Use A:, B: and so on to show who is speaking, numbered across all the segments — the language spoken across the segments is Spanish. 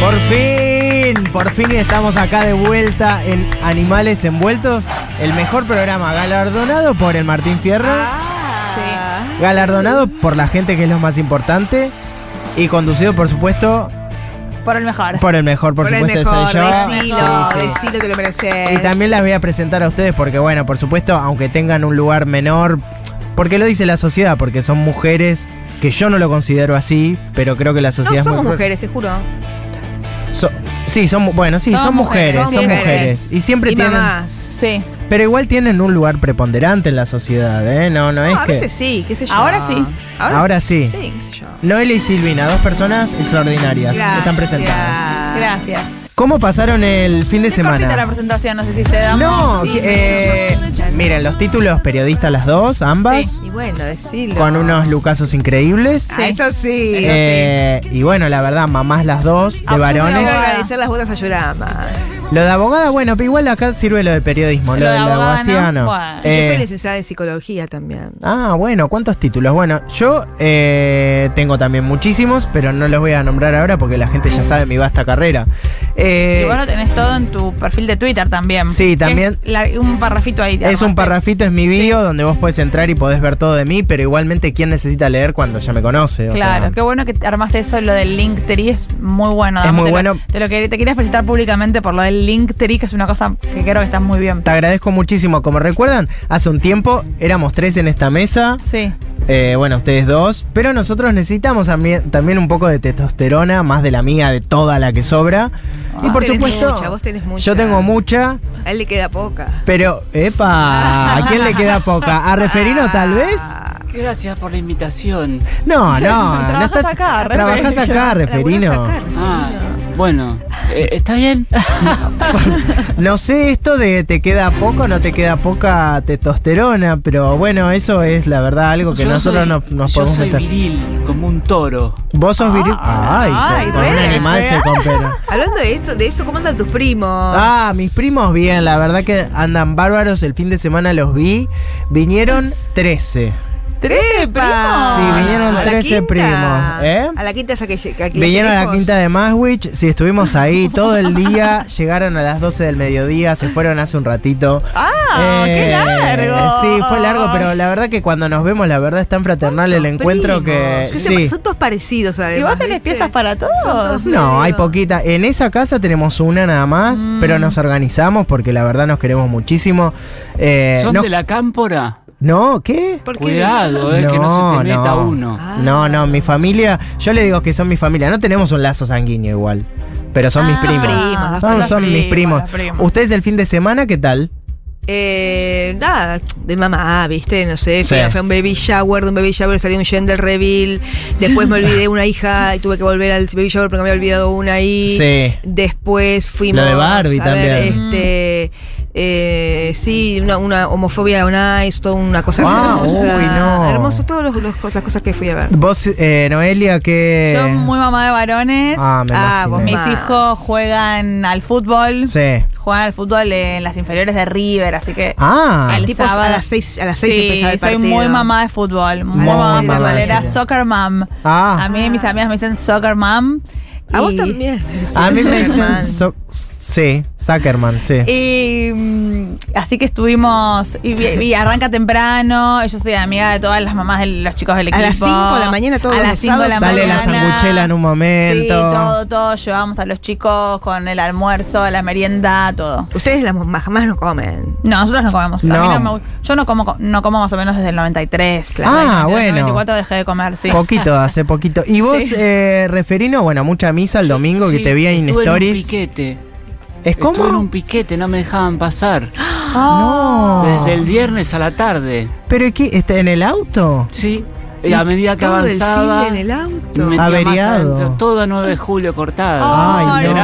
A: Por fin, por fin estamos acá de vuelta en Animales Envueltos, el mejor programa galardonado por el Martín Fierro,
B: Ah,
A: galardonado por la gente que es lo más importante y conducido por supuesto
B: Por el mejor.
A: por el mejor, por,
C: Por el
A: supuesto
C: mejor,
A: soy yo.
C: decilo,
A: Sí, sí.
C: decilo, te lo mereces.
A: Y también las voy a presentar a ustedes porque bueno, por supuesto, aunque tengan un lugar menor, porque lo dice la sociedad, porque son mujeres que yo no lo considero así, pero creo que la
C: No
A: sociedad es muy
C: somos
A: cruel.
C: mujeres, te juro.
A: So- sí, son mu- bueno, sí, son,
B: Son
A: mujeres,
B: mujeres,
A: son
B: sí.
A: mujeres. Y siempre
C: Y
A: tienen,
C: mamás.
B: Sí.
A: pero igual tienen un lugar preponderante en la sociedad, ¿eh? No, no, es
C: No, a
A: que
C: veces sí, qué sé yo.
B: Ahora sí.
C: Ahora,
A: Ahora sí.
C: Sí, qué sé yo.
A: Noel y Silvina, dos personas extraordinarias, están presentadas.
B: Gracias.
A: ¿Cómo pasaron el fin de
B: Es cortita la
A: semana?
B: presentación, no sé si te damos.
A: No,
C: Sí,
A: que- eh, miren, los títulos periodistas las dos, ambas,
C: Y bueno, decilo.
A: con unos lucazos increíbles.
C: Ah, eso sí.
A: Eh, y bueno, la verdad, mamás las dos, de
B: Ah,
A: varones.
C: Quiero
B: abogada.
C: agradecer las botas a Yurama.
A: Lo de abogada, bueno, pero igual acá sirve lo de periodismo, lo,
B: Lo
A: de
B: de
A: la
B: abogada,
A: abogacía
B: ¿no?
A: no.
B: Bueno.
C: Sí, yo
A: Eh,
C: soy licenciada de psicología también.
A: Ah, bueno, ¿cuántos títulos? Bueno, yo eh, tengo también muchísimos, pero no los voy a nombrar ahora porque la gente ya sabe mi vasta carrera. Eh,
B: Y vos lo tenés todo en tu perfil de Twitter también.
A: Sí, también.
B: Es la- un parrafito ahí. te
A: es un
B: armaste.
A: parrafito, es mi video donde vos podés entrar y podés ver todo de mí, pero igualmente, ¿quién necesita leer cuando ya me conoce? O
B: Claro,
A: sea,
B: qué bueno que armaste eso, lo del Linktree es muy bueno.
A: Es
B: Damo,
A: muy
B: te lo-
A: bueno.
B: te, lo que, te quería felicitar públicamente por lo del Linktree, que es una cosa que creo que estás muy bien.
A: Te agradezco muchísimo. Como recuerdan, hace un tiempo éramos tres en esta mesa.
B: Sí.
A: Eh, bueno, ustedes dos. Pero nosotros necesitamos también, también un poco de testosterona, más de la mía, de toda la que sobra. y
B: Ah,
A: por
C: tenés
A: supuesto,
C: mucha, vos tenés mucha.
A: yo tengo mucha,
C: A él le queda poca.
A: pero, epa, ¿a quién le queda poca? ¿A referino tal vez?
D: Gracias por la invitación.
A: No, no, no
B: Trabajás
A: estás,
B: acá, Refe.
A: trabajás acá, referino.
C: Laburás acá,
D: Ah, bueno, eh, ¿está bien?
A: No sé esto de te queda poco, no te queda poca testosterona, pero bueno, eso es la verdad algo que
D: Yo
A: nosotros
D: soy-
A: nos, nos
D: Yo
A: podemos
D: soy
A: meter.
D: viril, como un toro.
A: Vos sos viril. Ay,
B: Ah, ay,
A: con un
B: Refe.
A: animal se compera.
C: Hablando de esto, de eso, ¿cómo andan tus primos?
A: Ah, mis primos bien, la verdad que andan bárbaros, el fin de semana los vi, vinieron 13.
C: ¡Trepa!
A: Sí, vinieron
C: A la
A: 13
C: quinta.
A: primos, ¿eh?
C: A la quinta esa que, que alquilé
A: Vinieron a la
C: lejos.
A: quinta de Maswich, sí, estuvimos ahí todo el día, llegaron a las 12 del mediodía, se fueron hace un ratito.
B: ¡Ah!
A: Eh,
B: ¡Qué largo!
A: Sí, fue largo, pero la verdad que cuando nos vemos, la verdad es tan fraternal el encuentro
C: Primos.
A: que...
C: Sí,
A: Sí.
C: Son todos parecidos, además. ¿eh?
B: ¿Y vos tenés
C: ¿viste?
B: piezas para todos?
C: todos-
A: No, hay poquita. En esa casa tenemos una nada más,
B: Mm.
A: pero nos organizamos porque la verdad nos queremos muchísimo. Eh,
D: ¿Son
A: no,
D: de la cámpora?
A: no, ¿qué?
C: ¿Por qué?
D: Cuidado, eh, que no se te meta
A: no.
D: uno.
B: Ah.
A: No, no, mi familia, yo le digo que son mi familia, no tenemos un lazo sanguíneo igual, pero son mis
B: Ah,
A: primos.
B: primos,
A: son
B: las
A: son mis primos.
B: primas, las primas.
A: ¿Ustedes el fin de semana qué tal?
C: Eh, nada, de mamá, viste, no sé,
A: Sí.
C: fui a- fue un baby shower, de un baby shower salió un gender reveal, después me olvidé una hija y tuve que volver al baby shower porque me había olvidado una ahí.
A: Sí.
C: Después fuimos
A: Lo de Barbie
C: a ver,
A: también.
C: este eh, sí, una, una homofobia on ice, toda una cosa
A: Ah,
C: hermosa.
A: uy, no.
C: Hermoso, todas los- los- las cosas que fui a ver.
A: Vos, eh, Noelia, que...
B: Yo muy mamá de varones.
A: Ah, me
C: Ah,
A: imaginé.
C: vos
B: Mis
C: Más.
B: hijos juegan al fútbol.
A: Sí.
B: Juegan al fútbol en las inferiores de River, así que.
A: Ah,
B: el
C: Tipos
B: sábado.
C: a las seis- a las seis
B: Sí,
C: empezaba el
B: soy
C: partido.
B: muy mamá de fútbol. Muy,
A: Muy
B: mamá
A: mamá de
B: futbolera.
A: fútbol.
B: Soccer mom.
A: ah.
B: A mí y mis amigas me dicen soccer mom.
C: A vos
B: y-
C: también.
A: A mí me
C: Superman.
A: dicen so- Sí, Zuckerman, sí.
B: Y mm, así que estuvimos. Y, vi- vi- arranca temprano. Yo soy amiga de todas las mamás de los chicos del
C: A
B: equipo.
C: las 5 de la mañana, todos
B: A las
C: los
B: 5 de la
C: sábados.
A: Sale la
B: mañana.
A: sanguchela en un
B: Sí,
A: momento.
B: todo, todo. Llevamos a los chicos con el almuerzo, la merienda, todo.
C: Ustedes las mamás jamás no comen.
B: No, nosotros no comemos. A mí
A: No.
B: no me gu- yo no como, co- no como más o menos desde el 93.
A: Ah,
B: Desde el
A: bueno.
B: 94 dejé de comer, sí.
A: Poquito, hace poquito. Y vos,
B: Sí.
A: eh, referino, bueno, mucha misa el domingo que
D: Sí,
A: te vi en
D: estuve
A: Stories. ¿Eh,
D: un piquete.
A: ¿Es
D: Estuve en
A: como?
D: un piquete, no me dejaban pasar.
A: No.
D: Desde el viernes a la tarde.
A: ¿Pero qué? ¿Está en el auto?
D: Sí. Y a medida que
C: Todo el
D: avanzaba.
C: fin en el
D: me
C: auto.
D: metía más
A: Averiado.
D: adentro. todo a 9 de julio cortado.
A: Ay, no.
D: Verano.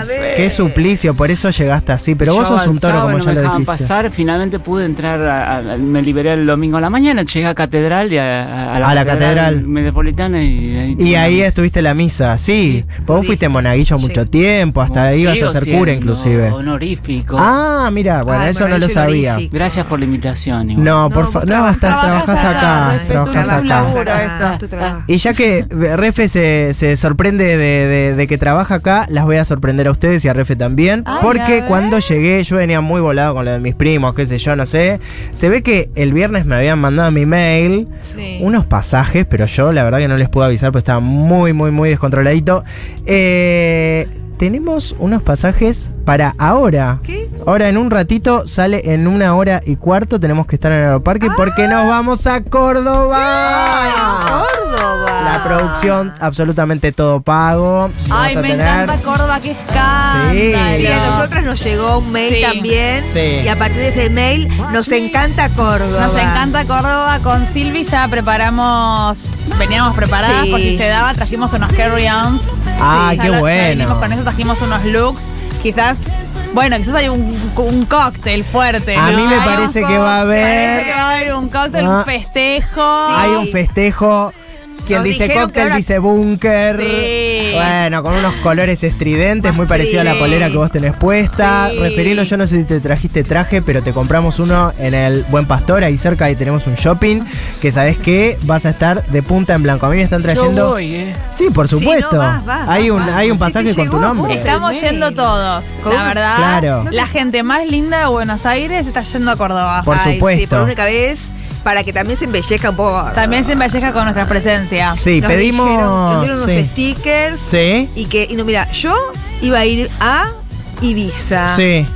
C: A ver.
A: Qué suplicio, por eso llegaste así. Pero
D: Yo
A: vos sos un toro,
D: avanzaba,
A: como
D: no
A: ya
D: me
A: lo
D: dejaban
A: dijiste.
D: pasar, finalmente pude entrar, a- a- me liberé el domingo a la mañana, llegué a Catedral y a,
A: A la catedral.
D: Metropolitana y ahí... tuve
A: Y
D: una
A: ahí
D: misa.
A: estuviste la misa, sí.
D: Sí,
A: Vos fuiste monaguillo mucho tiempo, hasta ahí ibas
D: Sigo
A: a ser cura
D: siendo
A: inclusive.
D: Honorífico.
A: Ah, mira, bueno,
C: Ay,
A: eso no lo
C: monaguillo
A: sabía.
C: honorífico.
D: Gracias por la invitación. igual.
A: No,
C: No,
A: por
C: vos
A: favor, no,
C: trabajás
A: estás, trabajás
B: acá,
A: acá,
B: es
A: trabajás
B: un
A: acá.
B: laburo esto.
C: Ah, es tu trabajo.
A: Y ya que eh, Refe se, se sorprende de, de- de que trabaja acá, las voy a sorprender a ustedes y a Refe también.
B: Ay, a
A: porque
B: ver.
A: cuando llegué, yo venía muy volado con lo de mis primos, qué sé yo, no sé. Se ve que el viernes me habían mandado a mi mail
C: Sí.
A: unos pasajes, pero yo la verdad que no les pude avisar, pues estaba muy, muy, muy descontroladito. Eh, tenemos unos pasajes para ahora.
C: ¿Qué?
A: Ahora en un ratito sale en una hora y cuarto. Tenemos que estar en el aeroparque porque nos vamos a Córdoba.
B: ¡Ah!
C: Córdoba.
A: La producción, absolutamente todo pago.
B: Ay,
A: Vamos a
B: me
A: tener-
B: encanta Córdoba, que escándalo.
A: Sí,
C: Sí, a
A: No.
C: nosotras nos llegó un mail
B: Sí.
C: también.
A: Sí.
C: Y a partir de ese mail, nos encanta Córdoba.
B: Nos encanta Córdoba. Con Silvi ya preparamos, veníamos preparadas
C: Sí.
B: por si se daba, trajimos unos carry-ons.
A: Ah,
B: Ya
A: qué
B: lo- ya
A: bueno.
B: venimos con eso, trajimos unos looks. Quizás, bueno, quizás hay un, un cóctel fuerte.
A: A
B: ¿no?
A: mí me
B: Hay un
A: parece que
B: cóctel,
A: va a
B: Parece que
A: haber.
B: va a haber un cóctel,
A: Ah.
B: un festejo.
A: Hay un festejo. Quien
C: Nos
A: dice
C: dijeron que
A: cóctel
C: ahora-
A: dice búnker.
B: Sí.
A: Bueno, con unos colores estridentes, muy parecido a la
B: Sí.
A: polera que vos tenés puesta.
B: Sí.
A: Referilo, yo no sé si te trajiste traje, pero te compramos uno en el Buen Pastor, ahí cerca ahí tenemos un shopping, que sabés que vas a estar de punta en blanco. A mí me están
D: Yo
A: trayendo.
D: voy, eh.
A: Sí, por
C: Sí, no,
A: supuesto.
C: vas, vas,
A: hay
C: vas,
A: un,
C: vas.
A: hay un
C: Sí, te
A: pasaje con tu
C: llegó a vos.
A: nombre.
B: Estamos
C: Sí.
B: yendo todos,
C: ¿Cómo?
B: la verdad.
A: Claro.
B: La gente más linda de Buenos Aires está yendo a Córdoba.
A: Por
C: Ay,
A: supuesto.
C: Sí, por única vez, para que también se embellezca un poco.
B: También se embelleja con nuestra presencia.
A: Sí,
C: Nos
A: pedimos.
C: dijeron, nos dieron unos
A: sí.
C: stickers.
A: Sí.
C: Y que, y no, mira, yo iba a ir a Ibiza.
A: Sí.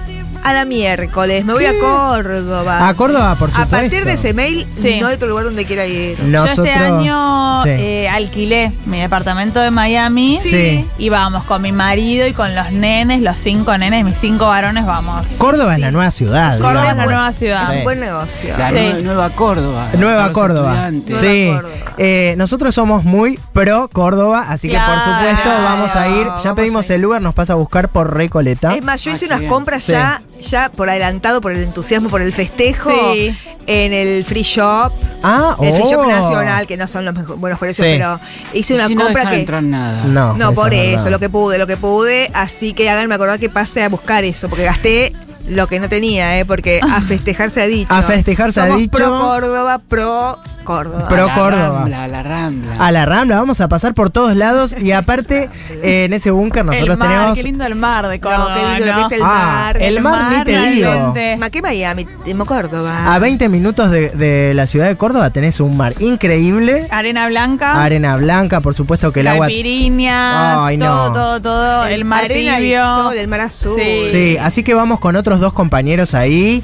C: A la miércoles, me voy a Córdoba.
A: A Córdoba, por
C: A
A: supuesto.
C: partir de ese mail,
B: Sí.
C: no hay otro lugar donde quiera ir.
B: Yo
A: Nosotros-
B: este año
A: Sí.
B: eh, alquilé mi departamento de Miami.
A: Sí.
B: Y vamos con mi marido y con los nenes, los cinco nenes, mis cinco varones, vamos.
A: Córdoba es la nueva ciudad.
B: Córdoba es la
A: digamos.
B: nueva ciudad.
C: Es
A: Sí.
C: un buen negocio.
D: La
B: Sí.
D: nue- Nueva Córdoba.
A: Nueva
D: Para los
A: Córdoba.
D: estudiantes.
A: Sí.
C: Nueva Córdoba.
A: Eh, nosotros somos muy pro Córdoba, así que por
B: Claro,
A: supuesto vamos a ir. Ya
C: vamos
A: pedimos
C: a ir.
A: el lugar, nos pasa a buscar por Recoleta.
C: Es más, yo
D: Ah,
C: hice
D: qué
C: unas
D: bien.
C: compras
A: Sí.
C: ya, ya por adelantado, por el entusiasmo, por el festejo
B: Sí.
C: en el free shop,
A: ah,
C: el free
A: oh.
C: shop nacional, que no son los mejo- buenos precios,
A: Sí.
C: pero hice
D: Y
C: una
D: si no
C: compra
D: dejan
C: que.
D: entrar nada.
A: No,
C: No, por
A: es
C: eso,
A: verdad.
C: lo que pude, lo que pude. Así que háganme acordar que pase a buscar eso, porque gasté lo que no tenía, ¿eh? porque a festejar se ha dicho.
A: A festejar se ha
C: Somos
A: dicho.
C: Pro Córdoba, pro Córdoba.
A: Pro-
D: la
A: Córdoba.
D: Rambla, a la Rambla.
A: A la Rambla, vamos a pasar por todos lados y aparte eh, en ese búnker nosotros
B: el mar,
A: tenemos...
B: qué lindo el mar de Córdoba.
C: No, qué lindo lo que es el
A: Ah,
C: mar.
A: el mar, ni te digo.
B: realmente.
C: Ma, ¿Qué Miami? Temo Córdoba.
A: A 20 minutos de, de la ciudad de Córdoba tenés un mar increíble,
B: Arena blanca.
A: arena blanca, por supuesto que el agua...
B: Caipiriñas,
A: Ay,
B: todo,
A: no.
B: todo, todo, el, mar
C: Arena y
B: tibio.
C: sol, el mar azul.
B: Sí.
A: Sí, así que vamos con otros dos compañeros ahí,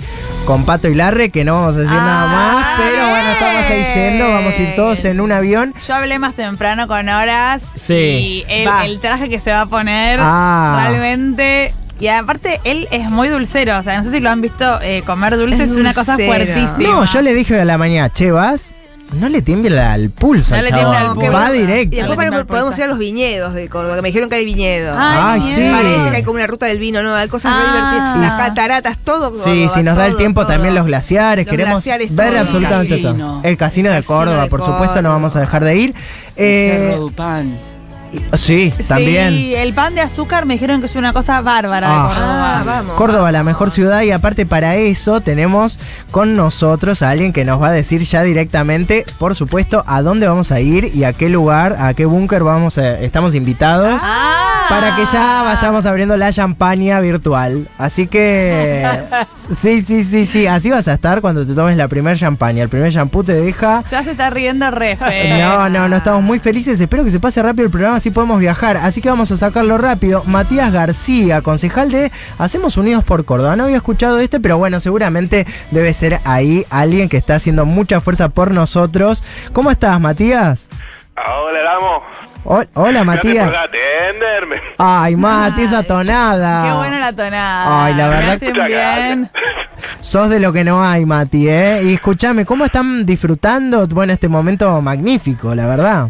A: con Pato y Larre, que no vamos a decir nada más,
B: Ah,
A: pero bueno, estamos ahí yendo, vamos a ir todos en un avión.
B: Yo hablé más temprano con horas
A: Sí.
B: y el,
C: Va.
B: el traje que se va a poner
A: Ah.
B: realmente. Y aparte, él es muy dulcero. O sea, no sé si lo han visto eh, comer dulce, es,
C: Es
B: una cosa
C: dulcero.
B: fuertísima.
A: No, yo le dije a la mañana, che, vas, no le tiembla al pulso,
B: No
A: al
B: le
A: chabón,
B: tiembla al
C: pulso.
A: va
C: Y
A: directo.
C: después
B: Dale,
C: para- podemos
B: pulsa.
C: ir a los viñedos de Córdoba, que me dijeron que hay viñedos.
A: Ay,
B: Ay,
A: sí.
C: Parece que hay como una ruta del vino, ¿no? Hay cosas muy
B: Ah.
C: divertidas. Las cataratas, todo.
A: Sí, si nos da el tiempo también los glaciares,
C: Los
A: queremos
C: glaciares,
A: ver
C: todo.
A: absolutamente
D: El
A: todo.
D: casino.
A: El casino
C: El
A: de
C: casino
A: Córdoba,
C: de
A: por supuesto, no
C: Córdoba.
A: vamos a dejar de ir.
D: El Cerro
A: Eh,
D: Dupán.
A: sí, también.
B: Sí, el pan de azúcar me dijeron que es una cosa bárbara
A: Ah.
B: de Córdoba.
C: Ah, vamos.
A: Córdoba, la mejor ciudad, y aparte para eso tenemos con nosotros a alguien que nos va a decir ya directamente, por supuesto, a dónde vamos a ir y a qué lugar, a qué búnker vamos a, estamos invitados.
B: Ah,
A: para que ya vayamos abriendo la champaña virtual. Así que. Sí, sí, sí, sí. Así vas a estar cuando te tomes la primer champaña. El primer shampoo te deja.
B: Ya se está riendo Refe.
A: No, no, no, estamos muy felices. Espero que se pase rápido el programa, así podemos viajar. Así que vamos a sacarlo rápido. Matías García, concejal de Hacemos Unidos por Córdoba. No había escuchado este, pero bueno, seguramente debe ser ahí alguien que está haciendo mucha fuerza por nosotros. ¿Cómo estás, Matías?
E: Ahora el amo.
A: Ho- hola,
E: Gracias
A: Matías.
E: por atenderme.
A: Ay, Mati, esa tonada.
B: Qué buena la tonada.
A: Ay, la
B: Me
A: verdad-
B: hacen
E: Muchas
B: bien.
A: Sos de lo que no hay, Mati, ¿eh? Y escúchame, ¿cómo están disfrutando? Bueno, este momento magnífico, la verdad.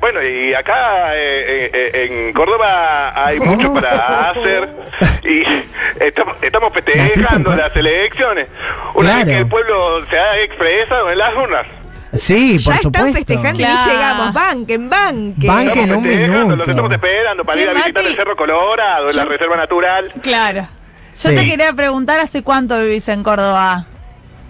E: Bueno, y acá eh, eh, eh, en Córdoba hay
A: Oh.
E: mucho para hacer y estamos, estamos
A: Naciste en
E: festejando
A: Cor-
E: las elecciones. Una
A: Claro.
E: vez que el pueblo se ha expresado en las urnas.
A: Sí,
C: ya
A: por
C: están
A: supuesto.
C: festejando y
B: Claro.
C: ni llegamos. Banquen, banquen.
A: Banquen.
E: Estamos
A: que en un
E: festejando, lo
A: minuto.
E: que estamos esperando para
B: Che,
E: ir a visitar
B: Mati.
E: el Cerro Colorado, en la Reserva Natural.
B: Claro. Yo
A: Sí.
B: te quería preguntar hace cuánto vivís en Córdoba.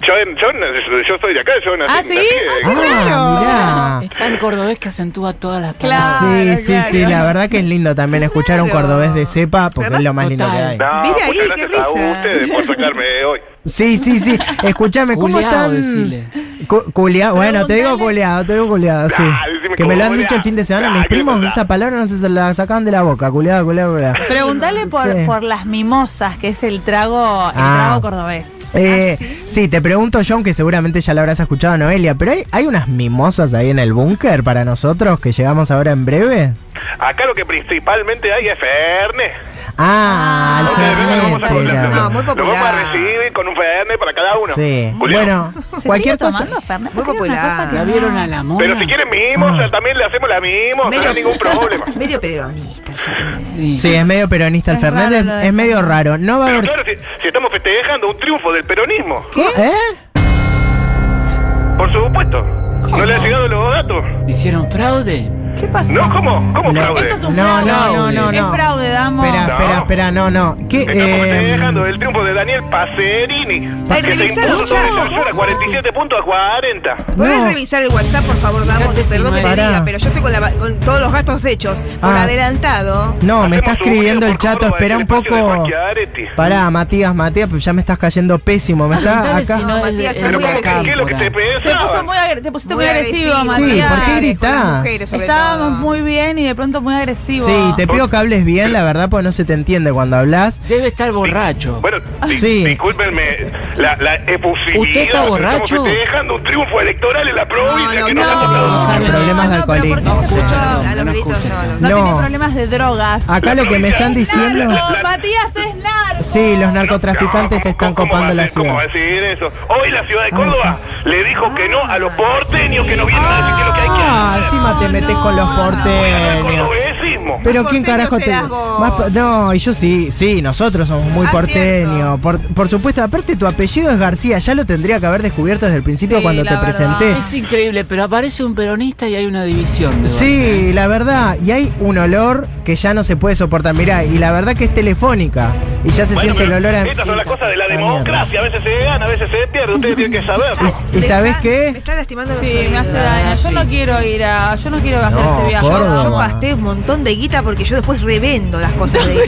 E: Yo, en- yo, en- yo soy de acá, yo nací,
B: ¿Ah, sí?
E: nací
B: Ah,
E: en-
B: qué raro.
A: Ah, mirá.
D: Está en cordobés que acentúa todas las
B: Claro.
D: palabras.
A: Sí,
B: Claro,
A: sí,
B: claro.
A: sí, la verdad que es lindo también escuchar a un
C: Claro.
A: cordobés de cepa porque
C: Además,
A: es lo más lindo que
D: total.
A: hay.
E: No,
C: Ah, Mira ahí,
E: muchas
C: qué
E: gracias a
C: risa.
E: ustedes por sacarme hoy.
A: Sí, sí, sí. Escúchame, ¿cómo
D: Culeado,
A: están?
D: decile.
A: Cu- culea- bueno, te digo
B: Preguntale.
A: culeado, te digo culeado, sí.
E: Ah, decime
A: Que me lo han
E: culea.
A: dicho el fin de semana
E: Ah,
A: mis
E: ¿qué
A: primos,
E: pasa?
A: esa palabra no se se la sacaban de la boca, culeado, culeado, culeado.
B: Preguntale por,
A: Sí.
B: por las mimosas, que es el trago, el
A: Ah.
B: trago cordobés.
A: Eh, sí, te pregunto, John, que seguramente ya la habrás escuchado, Noelia, pero hay, hay unas mimosas ahí en el búnker para nosotros que llegamos ahora en breve.
E: Acá lo que principalmente hay es Ferne.
A: Ah,
B: Ah,
A: el
E: Ok, venga, lo
A: fernet
E: vamos a- lo-
A: era.
E: lo-
C: No, muy
E: lo
C: popular.
E: vamos a recibir con un Ferne para cada uno.
A: Sí.
E: Julián.
A: Bueno,
B: ¿Se
A: cualquier
B: sigue
A: cosa.
B: tomando Fernet?
C: Muy
B: Sí, es una
C: popular.
B: cosa que
D: ¿La
B: no-
D: vieron a la mona?
E: Pero si quieren
A: Ah.
E: mimosa, también le hacemos la mimosa, no hay ningún problema.
C: medio pedronista. el Fernet.
D: Sí.
A: Sí, es medio peronista el
B: Es raro
A: Fernández,
B: lo de
A: es medio raro. No va a
E: Pero
A: haber.
E: claro, si, si estamos festejando un triunfo del peronismo,
A: ¿Eh?
E: por supuesto. ¿No le han llegado los datos?
D: ¿Hicieron fraude?
B: ¿Qué pasó?
E: No, ¿cómo? ¿Cómo
A: No.
E: fraude?
B: Esto es un
A: No,
B: fraude.
A: no, no, no, no.
B: Es fraude, damos.
A: Espera, espera, espera, no, no. ¿Qué,
E: Estamos
A: eh,
E: festejando el triunfo de Daniel Pacerini.
C: Ay,
E: que se
C: revisalo,
E: impuso
C: chao.
E: sobre censura, 47 puntos a 40.
C: ¿Podés
A: No.
C: revisar el WhatsApp, por favor, Damos?
D: Fíjate si
C: Perdón
D: no
C: que te
A: es.
C: diga,
A: Pará.
C: pero yo estoy con, la- con todos los gastos hechos por
A: Ah.
C: adelantado.
A: No, me está
E: Hacemos un
A: escribiendo
E: video
A: el
E: por
A: chato,
E: Córdoba
A: espera
E: desde
A: un
E: el espacio de
A: poco.
E: Macchiaretti.
A: Pará, Matías, Matías, pues ya me estás cayendo pésimo. Me está
D: Preguntale
A: acá.
D: si no es
C: Matías,
D: de-
C: está
E: Pero
D: es de
C: muy
E: ¿por
D: la
E: qué es lo que te
D: cámpora.
B: Se puso
E: pensaban?
B: muy agre- te pusiste muy, agresivo,
A: Sí,
B: Matías.
A: ¿por qué
C: Con las
A: gritás?
C: mujeres, sobre
B: Estábamos
C: todo.
B: muy bien y de pronto muy agresivo.
A: Sí, te pido que hables bien, la verdad, porque no se te entiende cuando hablas.
D: Debe estar borracho.
E: Bueno, di-
A: Sí.
E: discúlpenme la, la efusividad.
D: ¿Usted está
E: pero
D: borracho?
E: Estamos dejando un triunfo electoral en la provincia
C: no,
E: que nos
C: no.
E: ha tocado.
A: No,
D: sabe.
A: problemas de
B: No, pero
A: alcoholismo.
B: ¿por qué se
D: No,
B: escucha?
D: escucha.
C: A los
D: No
C: gritos,
D: escucha,
C: no,
D: chao.
C: no.
B: No,
A: No.
B: tiene problemas de drogas.
A: Acá lo que me están
B: Es
A: diciendo.
B: narco, Matías es narco.
A: Sí, los narcotraficantes
E: No,
A: están
E: ¿cómo- cómo va
A: copando
E: a
A: la
E: ser- ¿Cómo
A: ciudad.
E: va a decir eso? Hoy la ciudad de Córdoba le dijo que no a los porteños que no vienen a decir que lo que hay que
A: Ah,
E: hacer.
A: encima te metes con los
E: El
A: porteños.
E: cordobesismo.
A: Pero
C: Más
A: quién
C: porteño
A: carajo te.
C: serás vos.
A: Más po- no, y yo sí, sí, nosotros somos muy
C: Ah,
A: porteños.
C: cierto.
A: Por, por supuesto, aparte tu apellido es García, ya lo tendría que haber descubierto desde el principio
B: Sí,
A: cuando te
B: la verdad.
A: presenté.
D: Es increíble, pero aparece un peronista y hay una división. de
A: Sí, la verdad, y hay un olor que ya no se puede soportar, mirá, y la verdad que es telefónica, y ya se
E: Bueno,
A: siente el
E: pero
A: olor a...
E: Estas son las cosas de la
A: Ah, mierda.
E: democracia. A veces se gana, a veces se pierde. Ustedes tienen que saberlo.
A: ¿Y, y
C: Dejá-
A: sabes
C: Me
A: qué?
C: está lastimando los
B: Sí, me hace
C: oídos.
B: daño. Yo
D: Sí.
B: no quiero ir a. Yo no quiero hacer
A: No,
B: este viaje.
A: Córdoba.
C: Yo, yo gasté un montón de guita porque yo después revendo las cosas de